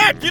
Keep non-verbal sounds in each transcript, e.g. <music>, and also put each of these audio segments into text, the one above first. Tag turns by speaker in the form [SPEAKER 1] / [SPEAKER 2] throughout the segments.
[SPEAKER 1] é que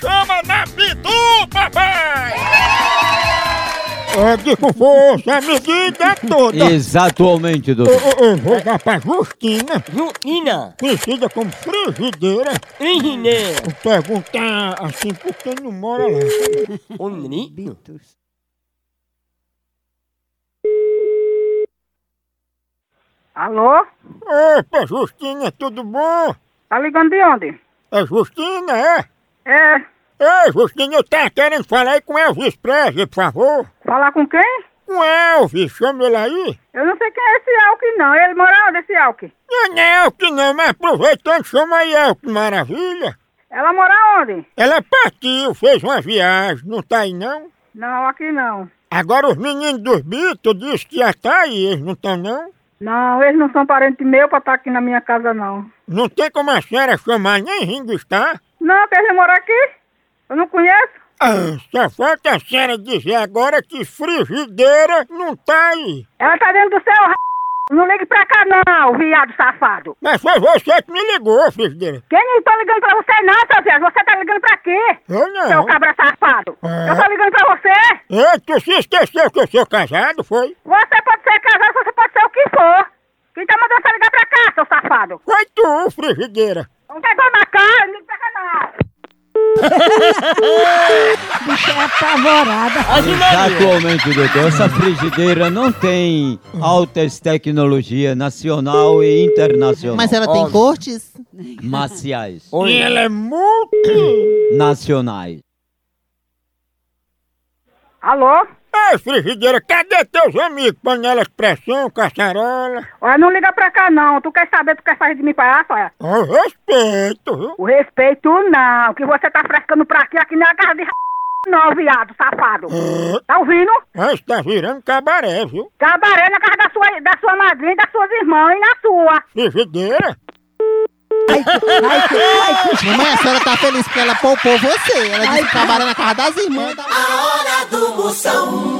[SPEAKER 1] chama na Pitu, papai! É de com força, a medida toda.
[SPEAKER 2] Exatamente,
[SPEAKER 1] Eu,
[SPEAKER 2] doutor.
[SPEAKER 1] eu- eu vou dar pra Justina,
[SPEAKER 3] Ruína,
[SPEAKER 1] conhecida como frigideira,
[SPEAKER 3] engineiro,
[SPEAKER 1] perguntar assim por quem não mora lá.
[SPEAKER 3] Onrito.
[SPEAKER 4] Alô?
[SPEAKER 1] Opa, Justina, tudo bom?
[SPEAKER 4] Tá ligando de onde?
[SPEAKER 1] É Justina, é?
[SPEAKER 4] É,
[SPEAKER 1] Ei, Justina, eu tava querendo falar aí com Elvis Presley, por favor.
[SPEAKER 4] falar com quem?
[SPEAKER 1] Com Elvis, chama ele aí.
[SPEAKER 4] Eu não sei quem é esse Alck, não. Ele mora onde, esse Alck?
[SPEAKER 1] Não, não, que não, mas aproveitando, chama aí Elvis, maravilha.
[SPEAKER 4] Ela mora onde?
[SPEAKER 1] Ela partiu, fez uma viagem, não tá aí não?
[SPEAKER 4] Não, aqui não.
[SPEAKER 1] Agora os meninos dos Beatles dizem que já tá aí, eles não estão não?
[SPEAKER 4] Não, eles não são parentes meus pra estar aqui na minha casa, não.
[SPEAKER 1] Não tem como a senhora chamar nem Ringo Starr.
[SPEAKER 4] Não, quer eles moram aqui? Eu não conheço.
[SPEAKER 1] Ah, só falta a senhora dizer agora que frigideira não tá aí.
[SPEAKER 4] Ela tá dentro do seu r... Não ligue pra cá, não, viado safado.
[SPEAKER 1] Mas foi você que me ligou, frigideira.
[SPEAKER 4] Quem não tá ligando pra você, não, seu viado? Você tá ligando pra quê?
[SPEAKER 1] Eu
[SPEAKER 4] Seu
[SPEAKER 1] não.
[SPEAKER 4] cabra safado.
[SPEAKER 1] É.
[SPEAKER 4] Eu tô ligando pra você.
[SPEAKER 1] Ei, tu se esqueceu que eu sou casado, foi?
[SPEAKER 4] Você pode ser casado, você pode ser o que for. Quem tá mandando você ligar pra cá, seu safado?
[SPEAKER 1] Foi tu, frigideira.
[SPEAKER 4] Não quer gol na cara, não liga pra cá, não.
[SPEAKER 2] Exatamente, doutor. Essa frigideira não tem altas tecnologia nacional e internacional.
[SPEAKER 5] Mas ela tem
[SPEAKER 3] Olha.
[SPEAKER 5] cortes?
[SPEAKER 2] Marciais.
[SPEAKER 1] E
[SPEAKER 3] Oi,
[SPEAKER 1] ela é
[SPEAKER 2] <clears throat>
[SPEAKER 1] multi.
[SPEAKER 2] Nacionais.
[SPEAKER 4] Alô?
[SPEAKER 1] Ei, frigideira, cadê teus amigos? Panela de pressão, caçarola.
[SPEAKER 4] Olha, não liga pra cá, não. Tu quer saber, tu quer fazer de mim palhaço, olha?
[SPEAKER 1] Eu respeito, viu?
[SPEAKER 4] O respeito, não. O que você tá frescando pra aqui, aqui não é casa de r... não, viado safado. Tá ouvindo?
[SPEAKER 1] Mas tá virando cabaré, viu?
[SPEAKER 4] Cabaré na casa da sua, da sua madrinha, das suas irmãs e na sua.
[SPEAKER 1] Frigideira.
[SPEAKER 5] Mamãe, a senhora tá feliz porque ela poupou você. Ela disse que trabalha na casa das irmãs. da-
[SPEAKER 6] A hora do Moção.